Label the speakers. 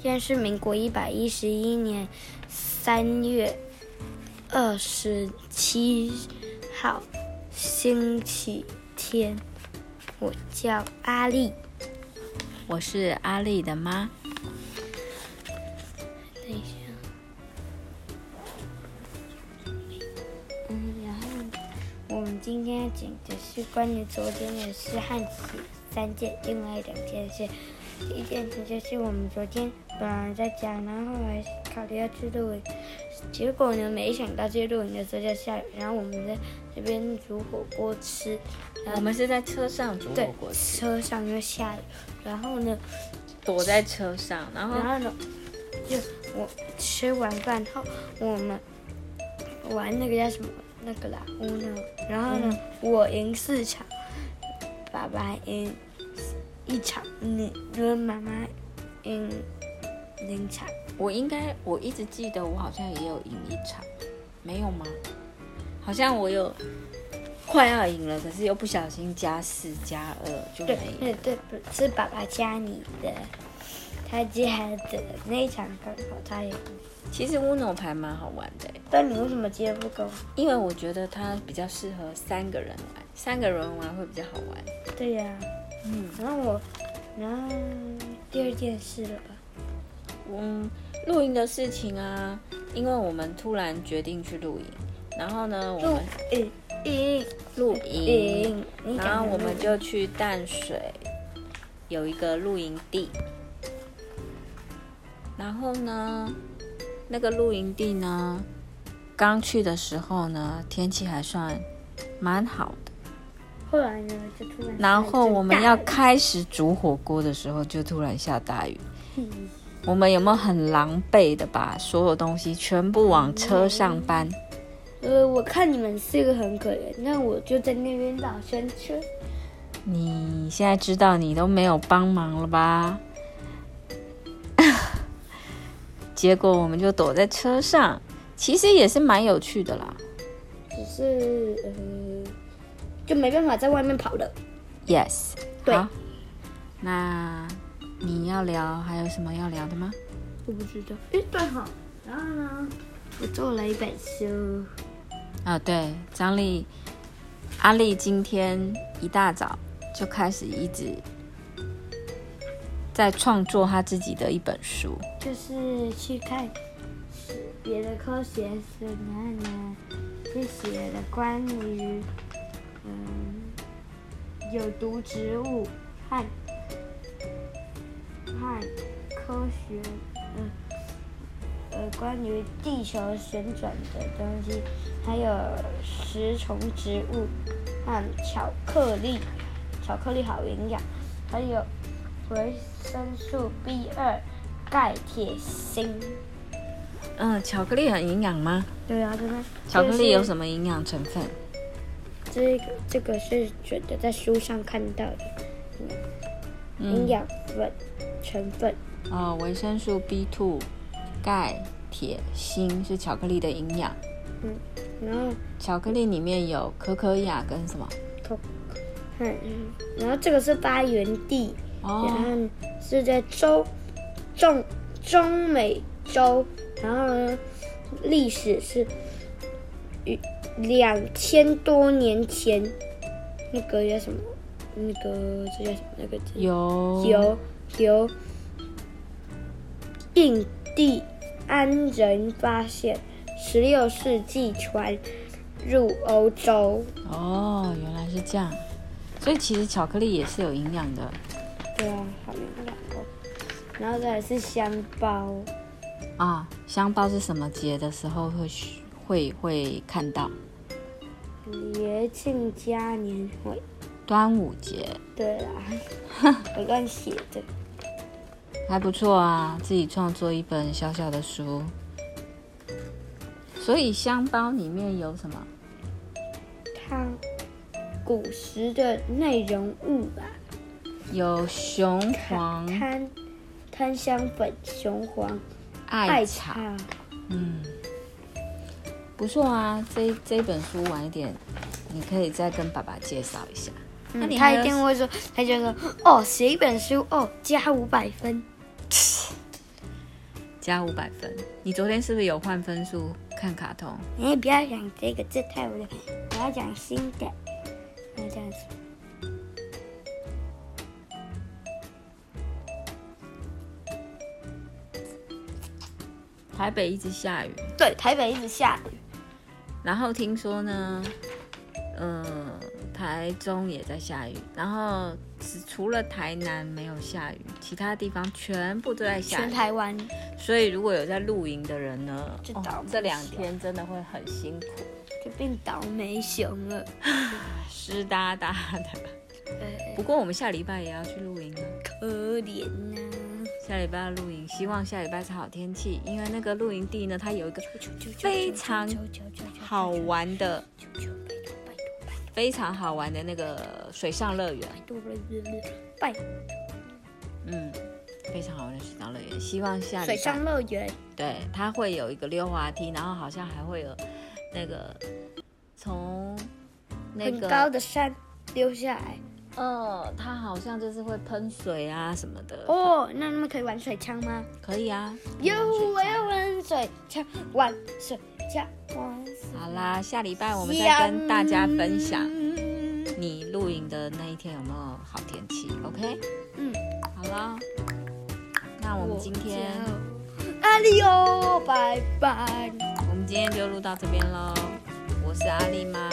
Speaker 1: 天是民国一百一十一年三月二十七号，星期天。我叫阿丽，
Speaker 2: 我是阿丽的妈。
Speaker 1: 等一下，嗯，然后我们今天要讲的是关于昨天的事和写三件，另外两件事。第一件事就是我们昨天本来在讲，然后后来考虑要去露营，结果呢没想到去露营的时候就下雨，然后我们在这边煮火锅吃，然
Speaker 2: 我
Speaker 1: 后
Speaker 2: 们是在车上煮
Speaker 1: 对
Speaker 2: 火锅，吃，
Speaker 1: 车上又下雨，然后呢，
Speaker 2: 躲在车上，然后
Speaker 1: 然后呢，就我吃完饭后，我们玩那个叫什么那个啦，Uno。然后呢，我赢四场，爸爸赢一场，你跟妈妈赢零场。
Speaker 2: 我应该我一直记得我好像也有赢一场，没有吗？好像我有快要赢了，可是又不小心加四加二就
Speaker 1: 对
Speaker 2: 没赢。
Speaker 1: 对对，不是爸爸加你的，他加的那一场刚好他赢。
Speaker 2: 其实乌龙牌蛮好玩的欸，
Speaker 1: 但你为什么接不够？
Speaker 2: 因为我觉得它比较适合三个人玩，三个人玩会比较好玩。
Speaker 1: 对呀、
Speaker 2: 嗯
Speaker 1: 然后我，然后第二件事了吧？
Speaker 2: 嗯，露营的事情啊，因为我们突然决定去露营，然后呢，我
Speaker 1: 录
Speaker 2: 们
Speaker 1: 影影
Speaker 2: 露营，
Speaker 1: 影，你
Speaker 2: 然
Speaker 1: 讲
Speaker 2: 后
Speaker 1: 的
Speaker 2: 我
Speaker 1: 录
Speaker 2: 们
Speaker 1: 影
Speaker 2: 就去淡水有一个露营地，然后呢，那个露营地呢，刚去的时候呢，天气还算蛮好的。
Speaker 1: 后来呢就突然
Speaker 2: 然后我们要
Speaker 1: 下
Speaker 2: 开始煮火锅的时候，就突然下大雨。
Speaker 1: 一阵大雨
Speaker 2: 我们有没有很狼狈的把所有东西全部往车上搬？
Speaker 1: 呃，我看你们四个很可怜，那我就在那边绕圈圈。
Speaker 2: 你现在知道你都没有帮忙了吧？ 结果我们就躲在车上，其实也是蛮有趣的啦。
Speaker 1: 只是呃，就没办法在外面跑了。
Speaker 2: Yes，
Speaker 1: 对
Speaker 2: 好，那你要聊还有什么要聊的吗？
Speaker 1: 我不知道，哎，对哈、然后呢，我做了一本书，
Speaker 2: 啊，对，张丽，阿丽今天一大早就开始一直在创作她自己的一本书。
Speaker 1: 就是去看别的科学书，然后呢，就写了关于嗯有毒植物和和科学，嗯呃关于地球旋转的东西，还有食虫植物和巧克力，巧克力好营养，还有维生素 B 二、钙、铁、锌。
Speaker 2: 嗯，巧克力很营养吗？
Speaker 1: 对啊，真的。
Speaker 2: 巧克力有什
Speaker 1: 么？
Speaker 2: 么营养成分？
Speaker 1: 这个这个是觉得在书上看到的
Speaker 2: 嗯
Speaker 1: 营养分成分。
Speaker 2: 哦，维生素 B two、钙、铁、锌是巧克力的营养。
Speaker 1: 嗯，然后
Speaker 2: 巧克力里面有可可亚跟什么？
Speaker 1: 可，嗯，然后这个是发源地，然
Speaker 2: 哦，
Speaker 1: 后是在中中中美洲，然后呢，历史是两千多年前，那个叫什么？那个这叫什么？那个字
Speaker 2: 有
Speaker 1: 由由印第安人发现，十六世纪传入欧洲。
Speaker 2: 哦，原来是这样。所以其实巧克力也是有营养的。
Speaker 1: 对啊，好像两个。然后再来是香包，
Speaker 2: 啊，香包是什么节的时候会需会会看到？
Speaker 1: 节庆嘉年会。
Speaker 2: 端午节
Speaker 1: 对啦，我乱写的。
Speaker 2: 还不错啊，自己创作一本小小的书。所以香包里面有什么？
Speaker 1: 它古时的内容物吧，
Speaker 2: 有雄 黄、
Speaker 1: 摊摊香粉、雄黄、
Speaker 2: 艾
Speaker 1: 艾
Speaker 2: 草，
Speaker 1: 草。
Speaker 2: 嗯，不错啊。这这本书晚一点，你可以再跟爸爸介绍一下。那
Speaker 1: 嗯，
Speaker 2: 你
Speaker 1: 他
Speaker 2: 还
Speaker 1: 一
Speaker 2: 有
Speaker 1: 定会说，他就说，哦，写一本书，哦，加五百分。
Speaker 2: 加五百分。你昨天是不是有换分数看卡通？
Speaker 1: 你不要讲这个，这太无聊。我要讲新的，我要这样子。
Speaker 2: 台北一直下雨，
Speaker 1: 对，台北一直下雨，
Speaker 2: 然后听说呢，呃，台中也在下雨，然后只除了台南没有下雨，其他地方全部都在下
Speaker 1: 全
Speaker 2: 雨。
Speaker 1: 台湾
Speaker 2: 所以如果有在露营的人呢，
Speaker 1: 就倒
Speaker 2: 哦
Speaker 1: 霉
Speaker 2: 这两天真的会很辛苦，
Speaker 1: 就变倒霉熊了。
Speaker 2: 湿哒哒的。
Speaker 1: 呃
Speaker 2: 不过我们下礼拜也要去露营啊，
Speaker 1: 可怜呐、
Speaker 2: 下礼拜要露营，希望下礼拜是好天气，因为那个露营地呢，它有一个非常好玩的、
Speaker 1: 求求拜托拜托拜
Speaker 2: 非常好玩的那个水上乐园，
Speaker 1: 托拜托拜托
Speaker 2: 嗯，非常好玩的水上乐园。希望下
Speaker 1: 拜水
Speaker 2: 礼拜
Speaker 1: 上乐园，
Speaker 2: 对它会有一个溜滑梯，然后好像还会有那个从那
Speaker 1: 很
Speaker 2: 个
Speaker 1: 高的山溜下来。
Speaker 2: 呃，它好像就是会喷水啊什么的。哦，
Speaker 1: 哦，那你们可以玩水枪吗？
Speaker 2: 可以啊。
Speaker 1: 哟
Speaker 2: 可以玩水，
Speaker 1: 我要玩水枪，玩水枪，玩水
Speaker 2: 好啦，下礼拜我们再跟大家分享
Speaker 1: 嗯
Speaker 2: 你露营的那一天有没有好天气，OK？
Speaker 1: 嗯，
Speaker 2: 好啦，那我们今天
Speaker 1: 阿里哦，拜拜。
Speaker 2: 我们今天就录到这边喽。我是阿丽妈，